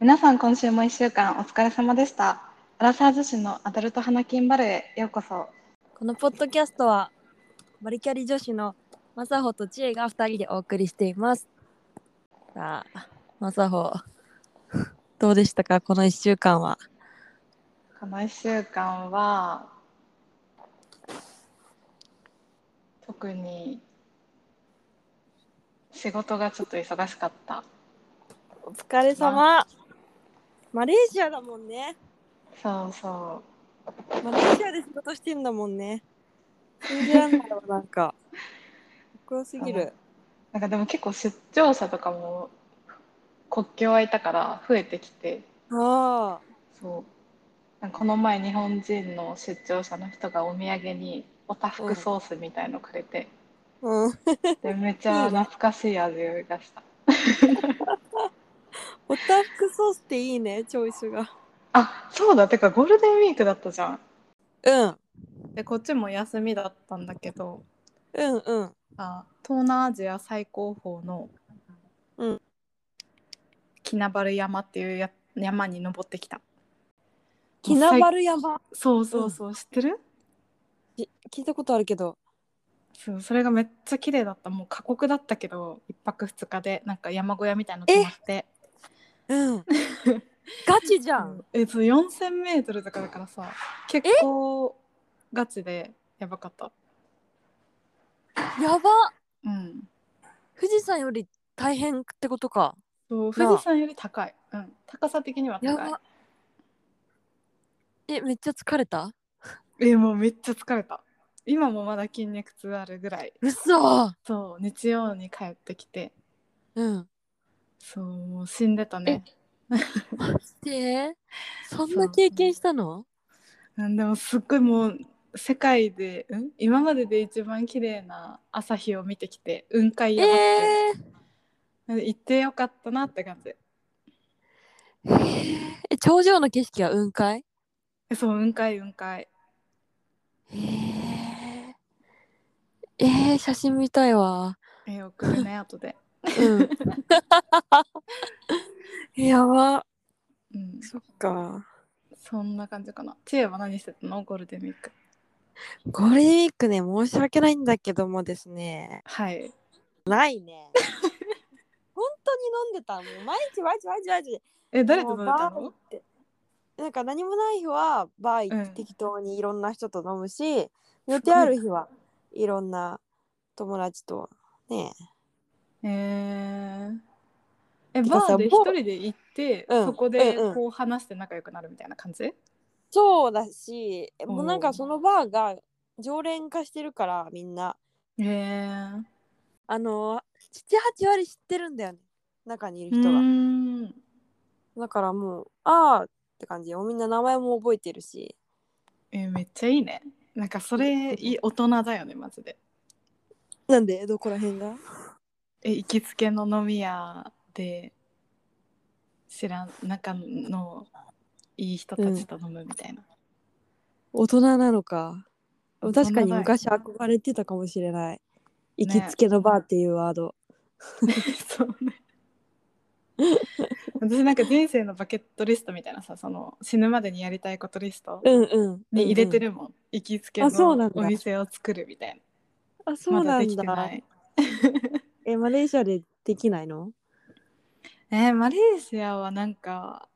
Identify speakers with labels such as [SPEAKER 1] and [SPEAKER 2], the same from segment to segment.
[SPEAKER 1] 皆さん今週も1週間お疲れ様でしたアラサー女子のアダルト花金バルへようこそ
[SPEAKER 2] このポッドキャストはバリキャリ女子のマサホとチエが2人でお送りしています。さあ、マサホ、どうでしたかこの1週間は。
[SPEAKER 1] この1週間は特に仕事がちょっと忙しかった
[SPEAKER 2] お疲れ様。マレーシアだもんね。
[SPEAKER 1] そうそ
[SPEAKER 2] マレーシアで仕事してんだもんね。信じらんないわ、なん か。かっこよすぎる。
[SPEAKER 1] うなんかでも結構出張者とかも国境空いたから増えてきて
[SPEAKER 2] ああ。
[SPEAKER 1] そうなんかこの前日本人の出張者の人がお土産におたふくソースみたいのくれて、
[SPEAKER 2] うん。
[SPEAKER 1] でめっちゃ懐かしい味がした
[SPEAKER 2] おたふくソースっていいね、チョイスが。
[SPEAKER 1] あそうだてかゴールデンウィークだったじゃん
[SPEAKER 2] うん。
[SPEAKER 1] でこっちも休みだったんだけど
[SPEAKER 2] うんうん。
[SPEAKER 1] あ東南アジア最高峰の、
[SPEAKER 2] うん、
[SPEAKER 1] キナバル山っていうや山に登ってきた
[SPEAKER 2] キナバル山。
[SPEAKER 1] そうそうそう、知ってる
[SPEAKER 2] き聞いたことあるけど。
[SPEAKER 1] そうそれがめっちゃ綺麗だったもう過酷だったけど一泊二日でなんか山小屋みたいなの泊まって
[SPEAKER 2] うん。ガチじゃん。
[SPEAKER 1] えそう 4000m とかだからさ結構ガチでやばかった
[SPEAKER 2] やば。
[SPEAKER 1] うん
[SPEAKER 2] 富士山より大変ってことか。
[SPEAKER 1] そう
[SPEAKER 2] なあ
[SPEAKER 1] 富士山より高い、うん、高さ的には
[SPEAKER 2] や
[SPEAKER 1] 高い
[SPEAKER 2] ば。え、めっちゃ疲れた
[SPEAKER 1] えもうめっちゃ疲れた今もまだ筋肉痛あるぐらい
[SPEAKER 2] 嘘
[SPEAKER 1] そう日曜に帰ってきて
[SPEAKER 2] うん。
[SPEAKER 1] そうもう死んでたね
[SPEAKER 2] マジでそんな経験したの
[SPEAKER 1] うんでもすっごいもう世界で、うん、今までで一番綺麗な朝日を見てきて雲海
[SPEAKER 2] え
[SPEAKER 1] やばくて、
[SPEAKER 2] え
[SPEAKER 1] なんで行ってよかったなって感じ
[SPEAKER 2] ーえ、頂上の景色は雲海
[SPEAKER 1] えそう雲海雲海
[SPEAKER 2] えー、えー、写真見たいわ。
[SPEAKER 1] え送るね後で、
[SPEAKER 2] うん。やば。
[SPEAKER 1] うん、
[SPEAKER 2] っか。
[SPEAKER 1] そんな感じかな知恵は何してたのゴールデンウィーク
[SPEAKER 2] ゴールデンウィークね、申し訳ないんだけどもですね。
[SPEAKER 1] はい
[SPEAKER 2] な いね。本当に飲んでたもう毎日毎日毎日毎日。
[SPEAKER 1] え誰と飲んでた
[SPEAKER 2] もうバー行
[SPEAKER 1] の
[SPEAKER 2] ってなんか何もない日はバー行っ
[SPEAKER 1] うん
[SPEAKER 2] て適当にいろんな人と飲むし、
[SPEAKER 1] ごい
[SPEAKER 2] 予定ある日はいろんな友達とね
[SPEAKER 1] えー、え
[SPEAKER 2] てか
[SPEAKER 1] バ
[SPEAKER 2] さ
[SPEAKER 1] ーで一
[SPEAKER 2] 某
[SPEAKER 1] 人で行って、
[SPEAKER 2] うん
[SPEAKER 1] そこで
[SPEAKER 2] うんうん
[SPEAKER 1] こう話して仲良くなるみたいな感じ、
[SPEAKER 2] そうだしえもうなん
[SPEAKER 1] お
[SPEAKER 2] か
[SPEAKER 1] ー
[SPEAKER 2] そのバーが常連化してるからみんな
[SPEAKER 1] へえ
[SPEAKER 2] あの78割知ってるんだよね中にいる
[SPEAKER 1] う
[SPEAKER 2] 人が、
[SPEAKER 1] ーん
[SPEAKER 2] だからもうああって感じよみんな名前も覚えてるし
[SPEAKER 1] えめっちゃいいねなんかそれいい大人だよねマジで
[SPEAKER 2] なんでどこら辺が
[SPEAKER 1] え行きつけの飲み屋で知らん中のいい人たちと飲むみたいな、
[SPEAKER 2] 大人なのか
[SPEAKER 1] 大人だよ
[SPEAKER 2] 確かに昔憧れてたかもしれない行きつけのバーっていうワード、
[SPEAKER 1] そう ね私なんか人生のバケットリストみたいなさその死ぬまでにやりたいことリスト
[SPEAKER 2] うんうん
[SPEAKER 1] に入れてるもん、行きつけ
[SPEAKER 2] あそうな
[SPEAKER 1] の
[SPEAKER 2] んだ
[SPEAKER 1] お店を作るみたいな
[SPEAKER 2] あそう
[SPEAKER 1] ま
[SPEAKER 2] な
[SPEAKER 1] だで
[SPEAKER 2] ん
[SPEAKER 1] き
[SPEAKER 2] だ
[SPEAKER 1] てない
[SPEAKER 2] えマレーシアでできないの
[SPEAKER 1] えーマレーシアはなんか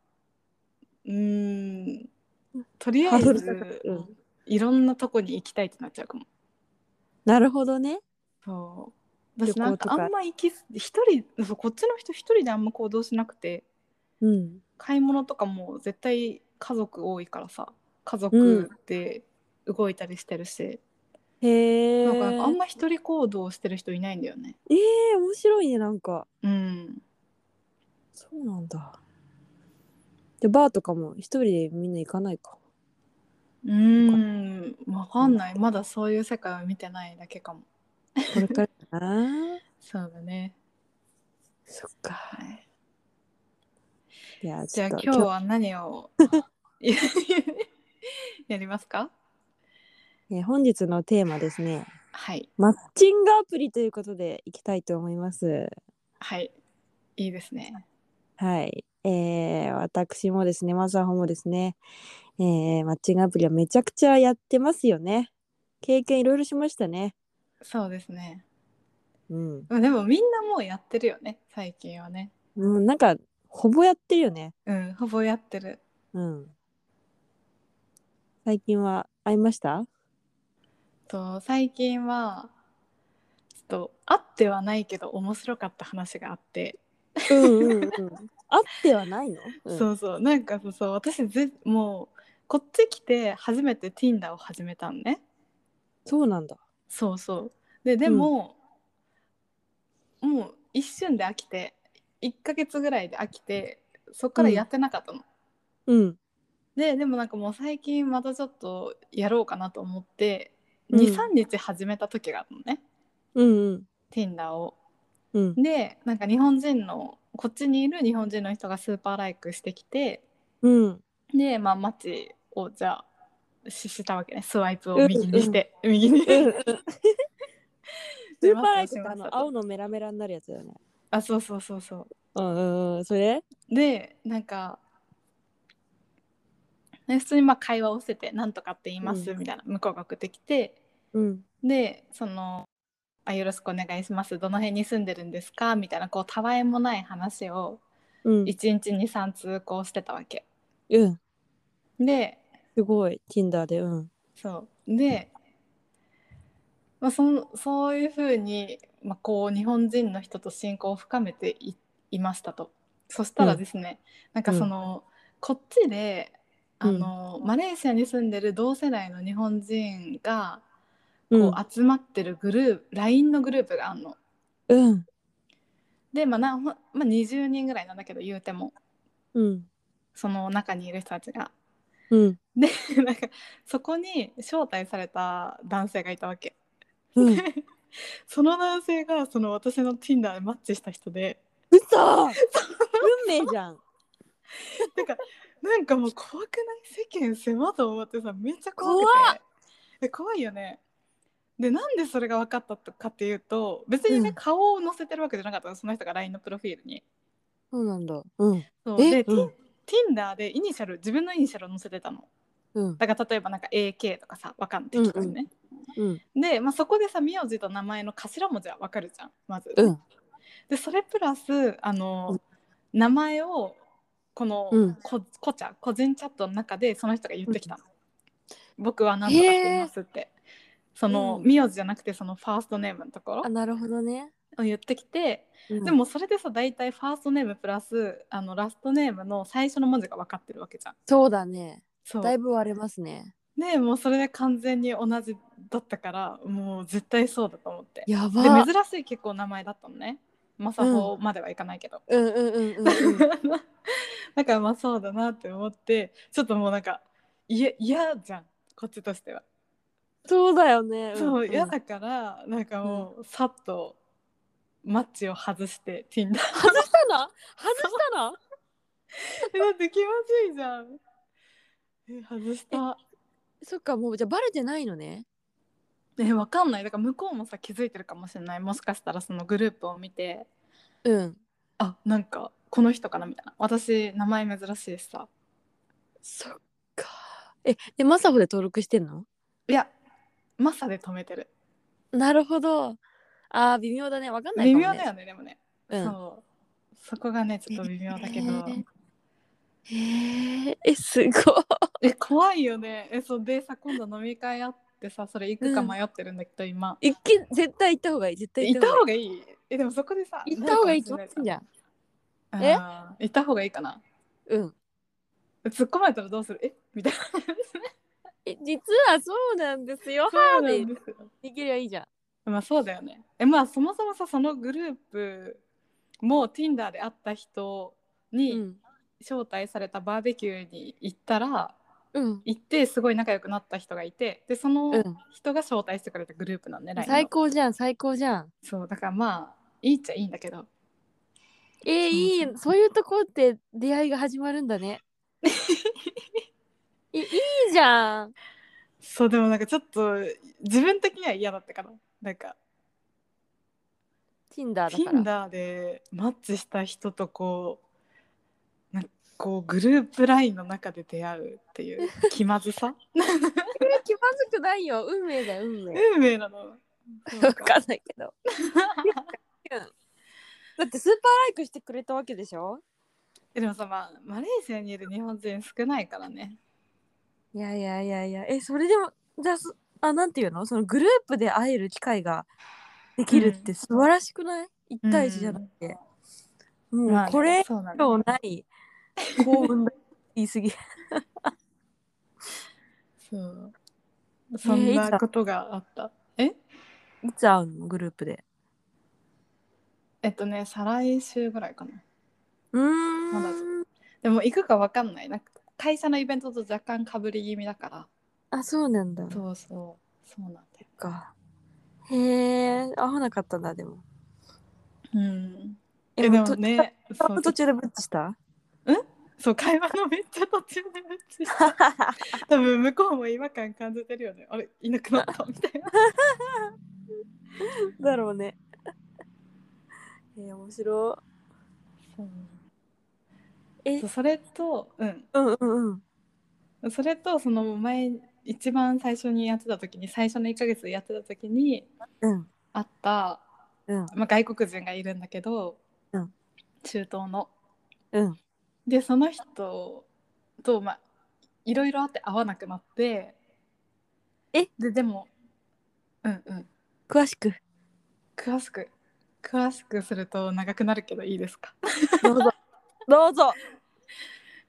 [SPEAKER 1] うーんとりあ
[SPEAKER 2] ハ
[SPEAKER 1] え
[SPEAKER 2] ードル高い
[SPEAKER 1] ず、
[SPEAKER 2] うん、
[SPEAKER 1] いろんなとこに行きたいってなっちゃうかも
[SPEAKER 2] なるほどね
[SPEAKER 1] そう私
[SPEAKER 2] 旅行
[SPEAKER 1] なんか
[SPEAKER 2] とか
[SPEAKER 1] あんま行きす一人そうこっちの人一人であんま行動しなくて
[SPEAKER 2] うん
[SPEAKER 1] 買い物とかも絶対家族多いからさ家
[SPEAKER 2] うん
[SPEAKER 1] 族で動いたりしてるし、
[SPEAKER 2] へえ
[SPEAKER 1] なんかなんかあん
[SPEAKER 2] ま
[SPEAKER 1] ま一人行動してる人いないんだよね
[SPEAKER 2] えー、面白いねなんか
[SPEAKER 1] うん
[SPEAKER 2] そうなんだでバーとかも一人でみんな行かないか
[SPEAKER 1] うーんわかんないまだそういう世界は見てないだけかも
[SPEAKER 2] これから かな
[SPEAKER 1] そうだね
[SPEAKER 2] そっか
[SPEAKER 1] はい
[SPEAKER 2] いや
[SPEAKER 1] じ
[SPEAKER 2] ち
[SPEAKER 1] ゃ
[SPEAKER 2] ょ
[SPEAKER 1] あ
[SPEAKER 2] っと
[SPEAKER 1] 今日は何を ややりますか
[SPEAKER 2] えー本日のテーマですね
[SPEAKER 1] はい
[SPEAKER 2] マッチングアプリということでいきたいと思います。
[SPEAKER 1] はいいいですね
[SPEAKER 2] はい。えー私もですね、マサホもですね、えーマッチングアプリはめちゃくちゃやってますよね。経験いろいろしましたね。
[SPEAKER 1] そうですね
[SPEAKER 2] うん。
[SPEAKER 1] でもみんなもうやってるよね最近はね
[SPEAKER 2] うん、なんか、ほぼやってるよね。
[SPEAKER 1] うんほぼやってる
[SPEAKER 2] うん。最近は会いました
[SPEAKER 1] と最近はちょっとあってはないけど面白かった話があって、
[SPEAKER 2] うんうんうん。会ってはないの、うん、
[SPEAKER 1] そうそうなんかそうそう私ぜもうこっち来て初めて Tinder を始めたんね
[SPEAKER 2] そうなんだ。
[SPEAKER 1] そうそうででも、もう一瞬で飽きて1ヶ月ぐらいで飽きてそっからやってなかったの、
[SPEAKER 2] うん。
[SPEAKER 1] ででもなんかもう最近またちょっとやろうかなと思って
[SPEAKER 2] うん
[SPEAKER 1] 23日始めた時があったのね、
[SPEAKER 2] うんうん。
[SPEAKER 1] Tinder を
[SPEAKER 2] うん。
[SPEAKER 1] でなんか日本人のこっちにいる日本人の人がスーパーライクしてきて
[SPEAKER 2] うん。
[SPEAKER 1] でまあマッチをじゃあししたわけねスワイプを右にして、右に
[SPEAKER 2] うん うんス
[SPEAKER 1] で
[SPEAKER 2] ーパーライトって
[SPEAKER 1] マ
[SPEAKER 2] あ
[SPEAKER 1] ッチをしまし
[SPEAKER 2] の
[SPEAKER 1] たと
[SPEAKER 2] 青のメラメラになるやつだよね。
[SPEAKER 1] あそうそうそうそう
[SPEAKER 2] うんうんうん。それ
[SPEAKER 1] でなんかね普通にまあ会話をしてて「なんとかって言います」
[SPEAKER 2] うん
[SPEAKER 1] みたいな、向こうが送ってきて
[SPEAKER 2] うん。
[SPEAKER 1] でそのあ「よろしくお願いしますどの辺に住んでるんですか?」みたいなこうたわいもない話を
[SPEAKER 2] うん。
[SPEAKER 1] 1日23通こうしてたわけ
[SPEAKER 2] うん。
[SPEAKER 1] です
[SPEAKER 2] ごい。Tinder で。うん。
[SPEAKER 1] そうで、まあ、そんそういうふうに、まあ、こう日本人の人と親交を深めていいましたとそしたらですね、なんかその、こっちであの、マレーシアに住んでる同世代の日本人が
[SPEAKER 2] う
[SPEAKER 1] こ
[SPEAKER 2] ん。
[SPEAKER 1] う集まってるグループ、LINE のグループがあるの。
[SPEAKER 2] うん。
[SPEAKER 1] で、まあなほんまあ、20人ぐらいなんだけど言うても
[SPEAKER 2] うん。
[SPEAKER 1] その中にいる人たちが。
[SPEAKER 2] うん。
[SPEAKER 1] でなんかそこに招待された男性がいたわけ。
[SPEAKER 2] うん。
[SPEAKER 1] その男性がその私の Tinder でマッチした人で
[SPEAKER 2] うそ運命じゃん。
[SPEAKER 1] なんかなんかもう怖くない世間狭と思ってさめっちゃ怖くて
[SPEAKER 2] 怖
[SPEAKER 1] で怖いよねでなんでそれが分かったかっていうと別にね、
[SPEAKER 2] うん
[SPEAKER 1] 顔を載せてるわけじゃなかったのその人が LINE のプロフィールに
[SPEAKER 2] そうなんだ。うん。
[SPEAKER 1] そう
[SPEAKER 2] え
[SPEAKER 1] で、ティ
[SPEAKER 2] うん
[SPEAKER 1] Tinder でイニシャル自分のイニシャルを載せてたの
[SPEAKER 2] うん。
[SPEAKER 1] だから例えばなんか AK とかさ分かんない適当にね、
[SPEAKER 2] うん。
[SPEAKER 1] で、まあ、そこでさ名字と名前の頭文字は分かるじゃんまず、
[SPEAKER 2] うん。
[SPEAKER 1] でそれプラスあの、名前をこの、
[SPEAKER 2] うん
[SPEAKER 1] ここちゃ個人チャットの中でその人が言ってきたの、僕は何とかって言いますってその
[SPEAKER 2] うん
[SPEAKER 1] 名字じゃなくてそのファーストネームのとこ
[SPEAKER 2] あ、
[SPEAKER 1] ろ
[SPEAKER 2] なるほどね。
[SPEAKER 1] を言ってきて、
[SPEAKER 2] うん
[SPEAKER 1] で、もそれでさ大体ファーストネームプラスあのラストネームの最初の文字が分かってるわけじゃん。
[SPEAKER 2] そうだね。
[SPEAKER 1] そ
[SPEAKER 2] だいうぶ割れますね。
[SPEAKER 1] ねもうそれで完全に同じだったからもう絶対そうだと思って。
[SPEAKER 2] や
[SPEAKER 1] で
[SPEAKER 2] ば。
[SPEAKER 1] 珍しい結構名前だったのね。マサホまではいかないけど。
[SPEAKER 2] うんうんうんうんうん。
[SPEAKER 1] だからまあそう だなって思ってちょっともうなんかいや嫌じゃんこっちとしては。
[SPEAKER 2] そうだよね。ん
[SPEAKER 1] そう嫌。
[SPEAKER 2] ん
[SPEAKER 1] だからなんかもうさっとマッチを外して Tinder だ
[SPEAKER 2] 外したの？外したの？
[SPEAKER 1] って気持ちいいじゃん。え外した。
[SPEAKER 2] そっかもうじゃあバレてないのね。
[SPEAKER 1] えわかんないだから向こうもさ気づいてるかもしれないもしかしたらそのグループを見て
[SPEAKER 2] うん。
[SPEAKER 1] あなんかこの人かなみたいな私名前珍しいしさ
[SPEAKER 2] そっか。え、でマサホで登録してんの？
[SPEAKER 1] いやマサで止めてる
[SPEAKER 2] なるほど。あー微妙だね。わかんない
[SPEAKER 1] 微
[SPEAKER 2] かも、ね。
[SPEAKER 1] 妙だよねでもね
[SPEAKER 2] うん
[SPEAKER 1] そうそこがねちょっと微妙だけど、
[SPEAKER 2] へえ。え、すごい。
[SPEAKER 1] え怖いよねえそうでさ今度飲み会あってさそれ行くか迷ってるんだけど、今
[SPEAKER 2] 一見絶対行った方がいい。絶対
[SPEAKER 1] 行っ
[SPEAKER 2] 行った
[SPEAKER 1] た
[SPEAKER 2] 方がい
[SPEAKER 1] 方がいいえでもそこでさ
[SPEAKER 2] い。行った方がいいと
[SPEAKER 1] な
[SPEAKER 2] 思
[SPEAKER 1] る
[SPEAKER 2] う
[SPEAKER 1] かもし
[SPEAKER 2] じ
[SPEAKER 1] れ
[SPEAKER 2] ゃん。
[SPEAKER 1] ない
[SPEAKER 2] え
[SPEAKER 1] あー行った方がいいかな
[SPEAKER 2] うん。
[SPEAKER 1] 突っ込まれたらどうするえみたいな
[SPEAKER 2] え、実はそうなんですよ。
[SPEAKER 1] そう
[SPEAKER 2] ー
[SPEAKER 1] なん
[SPEAKER 2] で
[SPEAKER 1] です よ
[SPEAKER 2] できりゃいいじゃん。
[SPEAKER 1] まあそうだよねえまあそもそもさそのグループも Tinder で会った人
[SPEAKER 2] う
[SPEAKER 1] に
[SPEAKER 2] ん。
[SPEAKER 1] 招待されたバーベキューに行ったら
[SPEAKER 2] うん。
[SPEAKER 1] 行ってすごい仲良くなった人がいてでその、
[SPEAKER 2] うん。
[SPEAKER 1] 人が招待してくれたグループなんで、ね、
[SPEAKER 2] 最高じゃん。最高じゃん。
[SPEAKER 1] そうだからまあいいっちゃいいんだけど
[SPEAKER 2] えー、いい
[SPEAKER 1] そうそう
[SPEAKER 2] そういうとこって出会いが始まるんだ ね。いいいじゃん。
[SPEAKER 1] そうでもなんかちょっと自分的には嫌だったかななんか
[SPEAKER 2] Tinder だから。
[SPEAKER 1] Tinder でマッチした人とこうなこうグループラインの中で出会うって いう気まずさ
[SPEAKER 2] 気まずくないよ運命だよ運 命
[SPEAKER 1] 運命なの
[SPEAKER 2] 分かんないけどだってスーパーライクしてくれたわけでしょ
[SPEAKER 1] えでもさ、まあ、マレーシアにいる日本人少ないからね
[SPEAKER 2] いやいやいやいやえそれでもじゃあそあなんていうのそのグループで会える機会ができるって素晴らしくない、一1対1じゃなくて、も
[SPEAKER 1] まあ
[SPEAKER 2] う
[SPEAKER 1] ね
[SPEAKER 2] これ以
[SPEAKER 1] そうなの
[SPEAKER 2] 上ない幸運だ言い過ぎ
[SPEAKER 1] そうそんなことがあった、え
[SPEAKER 2] いつ会うのグループで
[SPEAKER 1] えっとね再来週ぐらいかな
[SPEAKER 2] うーん、
[SPEAKER 1] まだでも行くか分かんないなんか会社のイベントと若干かぶり気味だから
[SPEAKER 2] あそうなんだ
[SPEAKER 1] そうそうそうなんだよ
[SPEAKER 2] かへえ合わなかったんだでも
[SPEAKER 1] うんえでもね
[SPEAKER 2] 途
[SPEAKER 1] そう
[SPEAKER 2] 途中でブッチした
[SPEAKER 1] そう会話のめっちゃ途中でめっちゃ多分向こうも違和感感じてるよねあれいなくなったみたいな
[SPEAKER 2] だろうねえー、面白
[SPEAKER 1] そう
[SPEAKER 2] いえ
[SPEAKER 1] そうそれとうん
[SPEAKER 2] うんうんうん
[SPEAKER 1] それとその前一番最初にやってた時に最初の1ヶ月やってた時に
[SPEAKER 2] うん
[SPEAKER 1] あった、
[SPEAKER 2] うん
[SPEAKER 1] まあ、外国人がいるんだけど、
[SPEAKER 2] うん
[SPEAKER 1] 中東の
[SPEAKER 2] うん
[SPEAKER 1] でその人とまあいろいろあって会わなくなって
[SPEAKER 2] え
[SPEAKER 1] ででもうんうん
[SPEAKER 2] 詳しく
[SPEAKER 1] 詳しく詳しくすると長くなるけどいいですか
[SPEAKER 2] どうぞどうぞ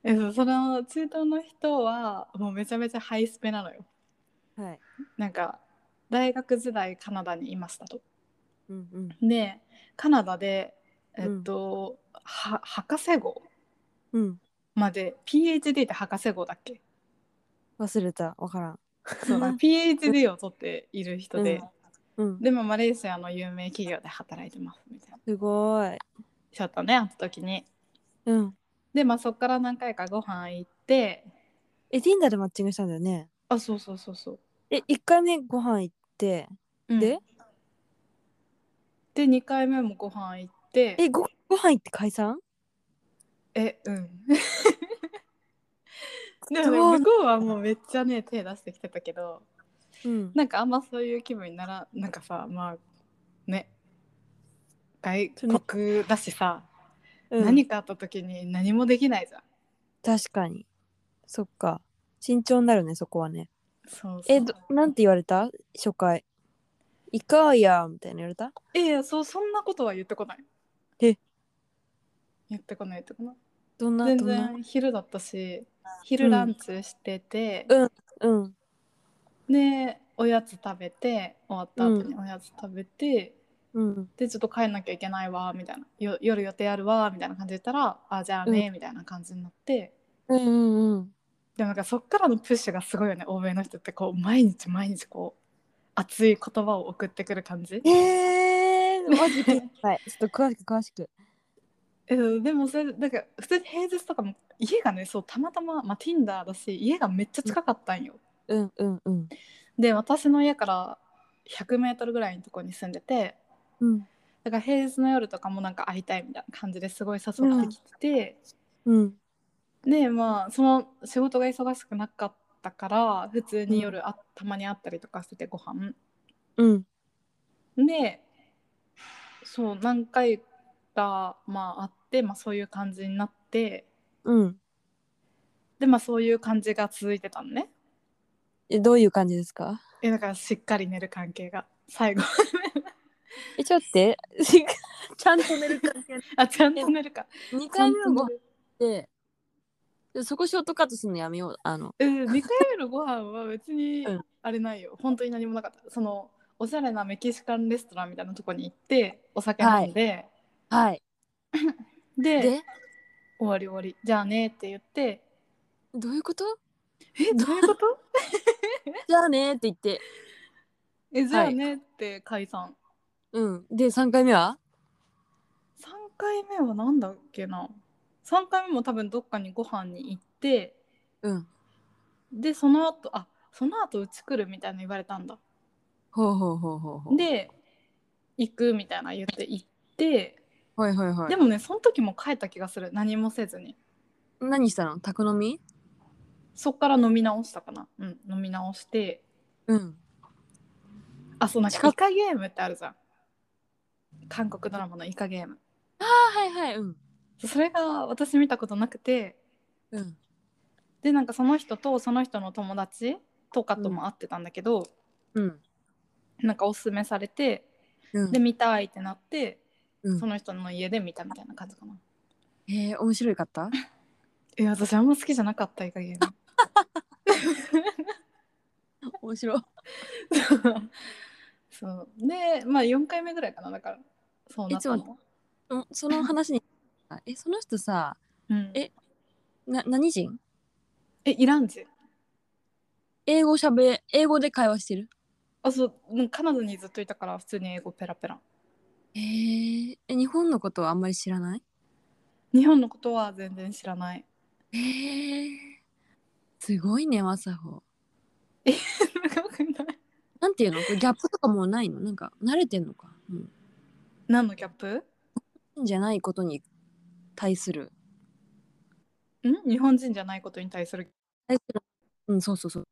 [SPEAKER 1] えそうその中東の人はもうめちゃめちゃハイスペなのよ
[SPEAKER 2] はい
[SPEAKER 1] なんか大学時代カナダにいましたと
[SPEAKER 2] うんうん
[SPEAKER 1] でカナダでえっと、は博士号
[SPEAKER 2] うん
[SPEAKER 1] まで PhD って博士号だっけ
[SPEAKER 2] 忘れたわからん
[SPEAKER 1] そう PhD を取っている人で、
[SPEAKER 2] うん
[SPEAKER 1] でもマレーシアの有名企業で働いてますみたいな
[SPEAKER 2] すごい
[SPEAKER 1] ちょっとね会った時に
[SPEAKER 2] うん
[SPEAKER 1] でまあそっから何回かご飯行って
[SPEAKER 2] え Tinder でマッチングしたんだよね
[SPEAKER 1] あそうそうそうそう、
[SPEAKER 2] え一回目ご飯行って
[SPEAKER 1] うん
[SPEAKER 2] で
[SPEAKER 1] で2回目もご飯行って
[SPEAKER 2] えごご飯行って解散
[SPEAKER 1] えうん で
[SPEAKER 2] どう
[SPEAKER 1] もね向こうはもうめっちゃね手出してきてたけど
[SPEAKER 2] うん
[SPEAKER 1] なんかあんまそういう気分にならなんかさまあね外国だしさ、
[SPEAKER 2] うん
[SPEAKER 1] 何かあった時に何もできないじゃん
[SPEAKER 2] 確かにそっか慎重になるねそこはね
[SPEAKER 1] そうそう
[SPEAKER 2] えどなんて言われた初回「いかんや」みたいな言われた
[SPEAKER 1] いやいやそうそんなことは言ってこない
[SPEAKER 2] え
[SPEAKER 1] 言ってこない言ってこない
[SPEAKER 2] どんな
[SPEAKER 1] 全
[SPEAKER 2] どんな
[SPEAKER 1] 然昼だったし昼ランチしてて、
[SPEAKER 2] うん
[SPEAKER 1] でおやつ食べて終わった後におやつ食べて、
[SPEAKER 2] うん
[SPEAKER 1] でちょっと帰んなきゃいけないわみたいなよ夜予定あるわみたいな感じで言ったらあじゃあね、みたいな感じになって
[SPEAKER 2] うんうんうん
[SPEAKER 1] でもなんかそっからのプッシュがすごいよね欧米の人ってこう毎日毎日こう熱い言葉を送ってくる感じ。
[SPEAKER 2] えー、マジで はいちょっと詳しく詳しく
[SPEAKER 1] えでもそれなんか普通に平日とかも家がねそうたまたま、まあ、Tinder だし家がめっちゃ近かったんよ、
[SPEAKER 2] うんうんうん
[SPEAKER 1] で私の家から 100m ぐらいのとこに住んでて
[SPEAKER 2] うん
[SPEAKER 1] だから平日の夜とかもなんか会いたいみたいな感じですごい誘ってきて、
[SPEAKER 2] うん
[SPEAKER 1] でまあその仕事が忙しくなかったから普通に夜あ、たまに会ったりとかしててご飯
[SPEAKER 2] うん
[SPEAKER 1] でそう何回かまあ会って、まあ、そういう感じになって
[SPEAKER 2] うん
[SPEAKER 1] でまあそういう感じが続いてたのね
[SPEAKER 2] えどういう感じですか
[SPEAKER 1] えだからしっかり寝る関係が最後
[SPEAKER 2] えちょっと待ってし ちゃんと寝る関係
[SPEAKER 1] あちゃんと寝るか
[SPEAKER 2] 2回目のご
[SPEAKER 1] ちゃんと
[SPEAKER 2] 飯
[SPEAKER 1] 寝る
[SPEAKER 2] ってでそこショートカットするのやめようあの
[SPEAKER 1] うん、2回目のご飯は別に
[SPEAKER 2] うん
[SPEAKER 1] あれないよ本当に何もなかったそのおしゃれなメキシカンレストランみたいなとこに行ってお酒飲んで、
[SPEAKER 2] はい
[SPEAKER 1] で
[SPEAKER 2] で
[SPEAKER 1] 終わり終わりじゃあねって言って
[SPEAKER 2] どういうこと
[SPEAKER 1] えどういうこと
[SPEAKER 2] じゃあねって言って
[SPEAKER 1] えじゃあねって解散、
[SPEAKER 2] うんで3回目は
[SPEAKER 1] 三3回目はなんだっけな3回目も多分どっかにご飯に行って
[SPEAKER 2] うん
[SPEAKER 1] でその後あその後うち来るみたいな言われたんだ
[SPEAKER 2] ほうほうほうほうほう
[SPEAKER 1] で行くみたいな言って行って
[SPEAKER 2] はいはいはい
[SPEAKER 1] でもねその時も帰った気がする何もせずに
[SPEAKER 2] 何したの宅飲み
[SPEAKER 1] そっから飲み直したかな、うん、飲み直して
[SPEAKER 2] うん。
[SPEAKER 1] あそうなんか
[SPEAKER 2] 近
[SPEAKER 1] イカゲームってあるじゃん韓国ドラマのイカゲーム
[SPEAKER 2] あはいはい。うん。
[SPEAKER 1] それが私見たことなくて
[SPEAKER 2] うん。
[SPEAKER 1] でなんかその人とその人の友達とかとも会ってたんだけど、
[SPEAKER 2] うん。
[SPEAKER 1] なんかおすすめされて
[SPEAKER 2] うん
[SPEAKER 1] で見たいってなって、
[SPEAKER 2] うん
[SPEAKER 1] その人の家で見たみたいな感じかな
[SPEAKER 2] えー、面白いかった
[SPEAKER 1] え私あんま好きじゃなかったイカゲーム
[SPEAKER 2] 面白い。
[SPEAKER 1] そうでまあ4回目ぐらいかなだからそうなった
[SPEAKER 2] いつ
[SPEAKER 1] の
[SPEAKER 2] そその話に。あえ、その人さ、
[SPEAKER 1] うん
[SPEAKER 2] えな何人
[SPEAKER 1] えイラン人
[SPEAKER 2] 英語しゃべ、英語で会話してる
[SPEAKER 1] あそうもうカナダにずっといたから普通に英語ペラペラ
[SPEAKER 2] えー、え、日本のことはあんまり知らない
[SPEAKER 1] 日本のことは全然知らない
[SPEAKER 2] えー、すごいね、マサホ。
[SPEAKER 1] 長く ない
[SPEAKER 2] なんていうのこれギャップとかもうないのなんか、慣れてんのかもう
[SPEAKER 1] 何のギャップ
[SPEAKER 2] 日本じゃないことに対する。
[SPEAKER 1] ん日本人じゃないことに対する
[SPEAKER 2] 対するうん、そうそうそう。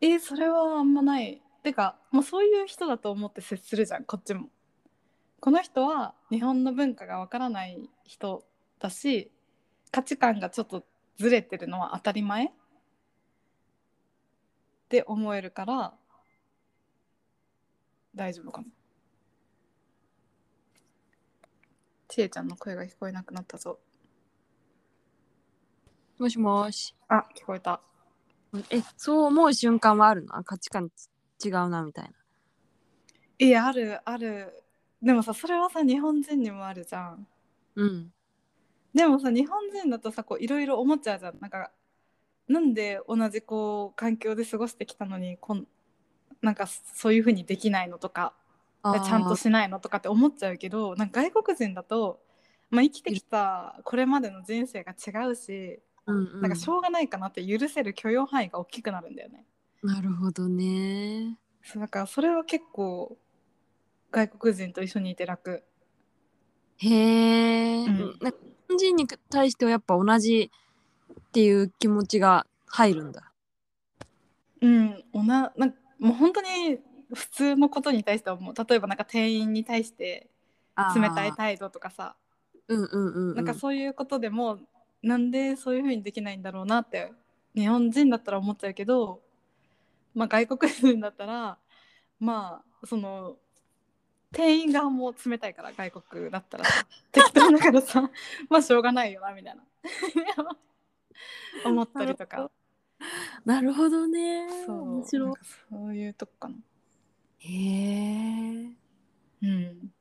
[SPEAKER 1] えそれはあんまないてかもうそういう人だと思って接するじゃんこっちもこの人は日本の文化がわからない人だし価値観がちょっとずれてるのは当たり前って思えるから大丈夫かなちえちゃんの声が聞こえなくなったぞ
[SPEAKER 2] もしもし。
[SPEAKER 1] あ聞こえた
[SPEAKER 2] え、そう思う瞬間はあるのあ価値観違うな、みたいな。
[SPEAKER 1] いやあるあるでもさそれはさ日本人にもあるじゃん
[SPEAKER 2] うん。
[SPEAKER 1] でもさ日本人だとさこういろいろ思っちゃうじゃんなんかなんで同じこう環境で過ごしてきたのにこんなんかそういうふうにできないのとか
[SPEAKER 2] あー
[SPEAKER 1] ちゃんとしないのとかって思っちゃうけどなんか外国人だと、まあ、生きてきたこれまでの人生が違うし、
[SPEAKER 2] うんうん、
[SPEAKER 1] なんかしょうがないかなって許せる許容範囲が大きくなるんだよね。
[SPEAKER 2] なるほどね。
[SPEAKER 1] そうだからそれは結構外国人と一緒にいて楽。
[SPEAKER 2] へえ、
[SPEAKER 1] うん
[SPEAKER 2] なんか日本人に対してはやっぱ同じっていう気持ちが入るんだ。
[SPEAKER 1] うん、おななんかもう本当に普通のことに対してはもう例えばなんか店員に対して冷たい
[SPEAKER 2] あー
[SPEAKER 1] 態度とかさ
[SPEAKER 2] うんうんうん、うん。
[SPEAKER 1] なんかそういうことでもなんでそういうふうにできないんだろうなって日本人だったら思っちゃうけど、まあ、外国人だったらまあその店員側も冷たいから外国だったら さ適当だからさまあしょうがないよなみたいな 思ったりとか
[SPEAKER 2] なるほどね。
[SPEAKER 1] そう
[SPEAKER 2] 面
[SPEAKER 1] な
[SPEAKER 2] 白
[SPEAKER 1] んかそういうとこかな。
[SPEAKER 2] い。へえ。
[SPEAKER 1] うん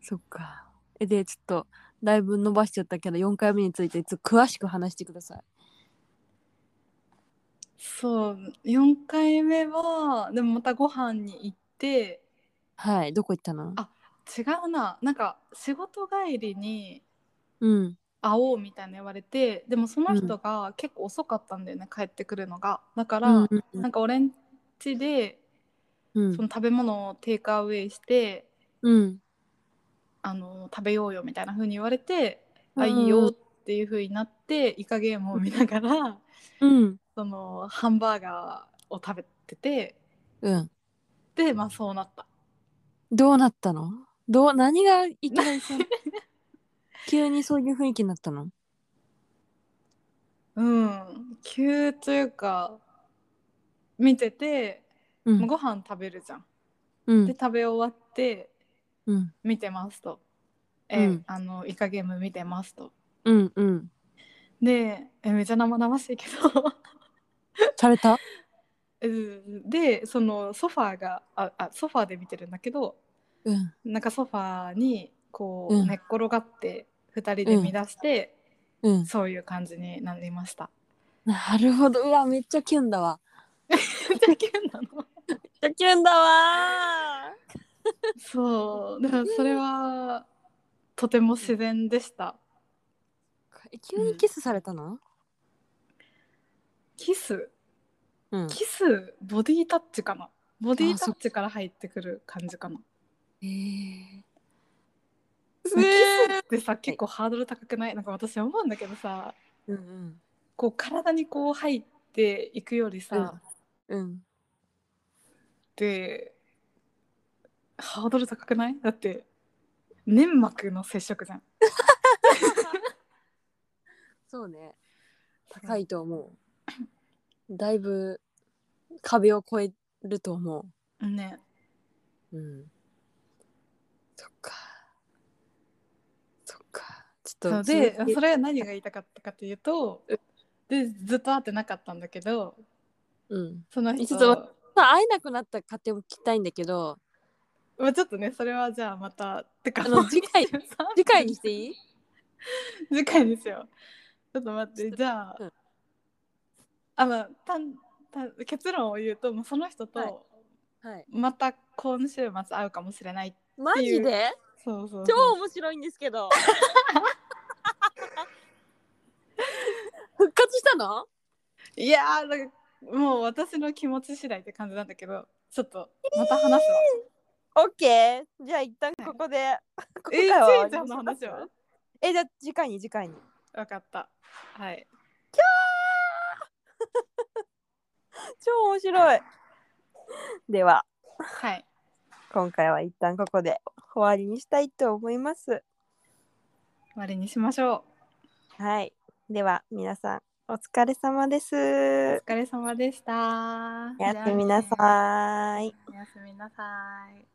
[SPEAKER 2] そっか。えでちょっとだいぶ伸ばしちゃったけど4回目についてちょっと詳しく話してください。
[SPEAKER 1] そう4回目はでもまたご飯に行って
[SPEAKER 2] はい。どこ行ったの
[SPEAKER 1] あ違うななんか仕事帰りに
[SPEAKER 2] うん。
[SPEAKER 1] 会おうみたいな言われてでもその人が結構遅かったんだよね、帰ってくるのがだから、
[SPEAKER 2] うんうん
[SPEAKER 1] なんか俺ん家で
[SPEAKER 2] うん
[SPEAKER 1] その食べ物をテイクアウェイして、
[SPEAKER 2] うん。
[SPEAKER 1] あの食べようよみたいな風に言われて、あ
[SPEAKER 2] うん
[SPEAKER 1] いいよっていう風になってイカゲームを見ながら
[SPEAKER 2] うん。
[SPEAKER 1] そのハンバーガーを食べてて
[SPEAKER 2] うん。
[SPEAKER 1] でまあそうなった。
[SPEAKER 2] どうなったのどう何がいきなり その急にそういう雰囲気になったの
[SPEAKER 1] うん急というか見てて、
[SPEAKER 2] う
[SPEAKER 1] まあ
[SPEAKER 2] ん。
[SPEAKER 1] ご飯食べるじゃん。
[SPEAKER 2] うん
[SPEAKER 1] で。食べ終わって
[SPEAKER 2] うん。
[SPEAKER 1] 見てますと。え
[SPEAKER 2] うん
[SPEAKER 1] あのイカゲーム見てますと。
[SPEAKER 2] うん。うん。
[SPEAKER 1] でえめちゃ生々しいけど
[SPEAKER 2] された
[SPEAKER 1] うんでそのソファーがああソファーで見てるんだけど
[SPEAKER 2] うん。
[SPEAKER 1] なんかソファーにこう、
[SPEAKER 2] うん
[SPEAKER 1] 寝っ転がって2人で見出して、
[SPEAKER 2] うん。
[SPEAKER 1] そういう感じになりました。
[SPEAKER 2] なるほど。うわ、めっちゃキュンだわ。
[SPEAKER 1] めっちゃキュンなの
[SPEAKER 2] めっちゃキュンだわ
[SPEAKER 1] そうだからそれはとても自然でした。
[SPEAKER 2] ー。急にキスされたの
[SPEAKER 1] キス
[SPEAKER 2] うん。
[SPEAKER 1] キスボディタッチかなボディタッチから入ってくる感じかな
[SPEAKER 2] えー
[SPEAKER 1] キスってさ結構ハードル高くないなんか私思うんだけどさ
[SPEAKER 2] うんうん
[SPEAKER 1] こう体にこう入っていくよりさ、
[SPEAKER 2] うんうん
[SPEAKER 1] でハードル高くないだって粘膜の接触じゃん
[SPEAKER 2] そうね高いと思うだいぶ壁を越えると思
[SPEAKER 1] ね
[SPEAKER 2] ううんそっかそっかちょっ
[SPEAKER 1] そ
[SPEAKER 2] と
[SPEAKER 1] うで
[SPEAKER 2] 続き
[SPEAKER 1] それは何が言いたかったかというと
[SPEAKER 2] う
[SPEAKER 1] でずっと会ってなかったんだけど
[SPEAKER 2] うん
[SPEAKER 1] その人
[SPEAKER 2] ちょっと待まあ会えなくなった過程も聞きたいんだけど
[SPEAKER 1] まあ、ちょっとねそれはじゃあまたてか
[SPEAKER 2] あの次 回次回にしていい
[SPEAKER 1] 次回にしようちょっと待ってじゃあ、
[SPEAKER 2] うん
[SPEAKER 1] あまあたんたん結論を言うともうその人
[SPEAKER 2] はい
[SPEAKER 1] と
[SPEAKER 2] はい
[SPEAKER 1] また今週末会うかもしれない、
[SPEAKER 2] マジで
[SPEAKER 1] そうそうそう
[SPEAKER 2] 超面白いんですけど復活したの
[SPEAKER 1] いやーなんかもう私の気持ち次第って感じなんだけどちょっとまた話すわ、
[SPEAKER 2] オッケーじゃあ一旦ここで、今
[SPEAKER 1] えー、
[SPEAKER 2] 回は終
[SPEAKER 1] ちい
[SPEAKER 2] わり
[SPEAKER 1] ちゃんの
[SPEAKER 2] にし
[SPEAKER 1] 話
[SPEAKER 2] ます
[SPEAKER 1] は
[SPEAKER 2] えじゃあ次回に次回に
[SPEAKER 1] わかったはい
[SPEAKER 2] 超面白いでは
[SPEAKER 1] はい
[SPEAKER 2] 今回は一旦ここで終わりにしたいと思います
[SPEAKER 1] 終わりにしましょ
[SPEAKER 2] はいでは皆さんお疲れ様で
[SPEAKER 1] うお
[SPEAKER 2] す
[SPEAKER 1] 疲れ様でした
[SPEAKER 2] おやすみなさ
[SPEAKER 1] い
[SPEAKER 2] ーい
[SPEAKER 1] おやすみなさい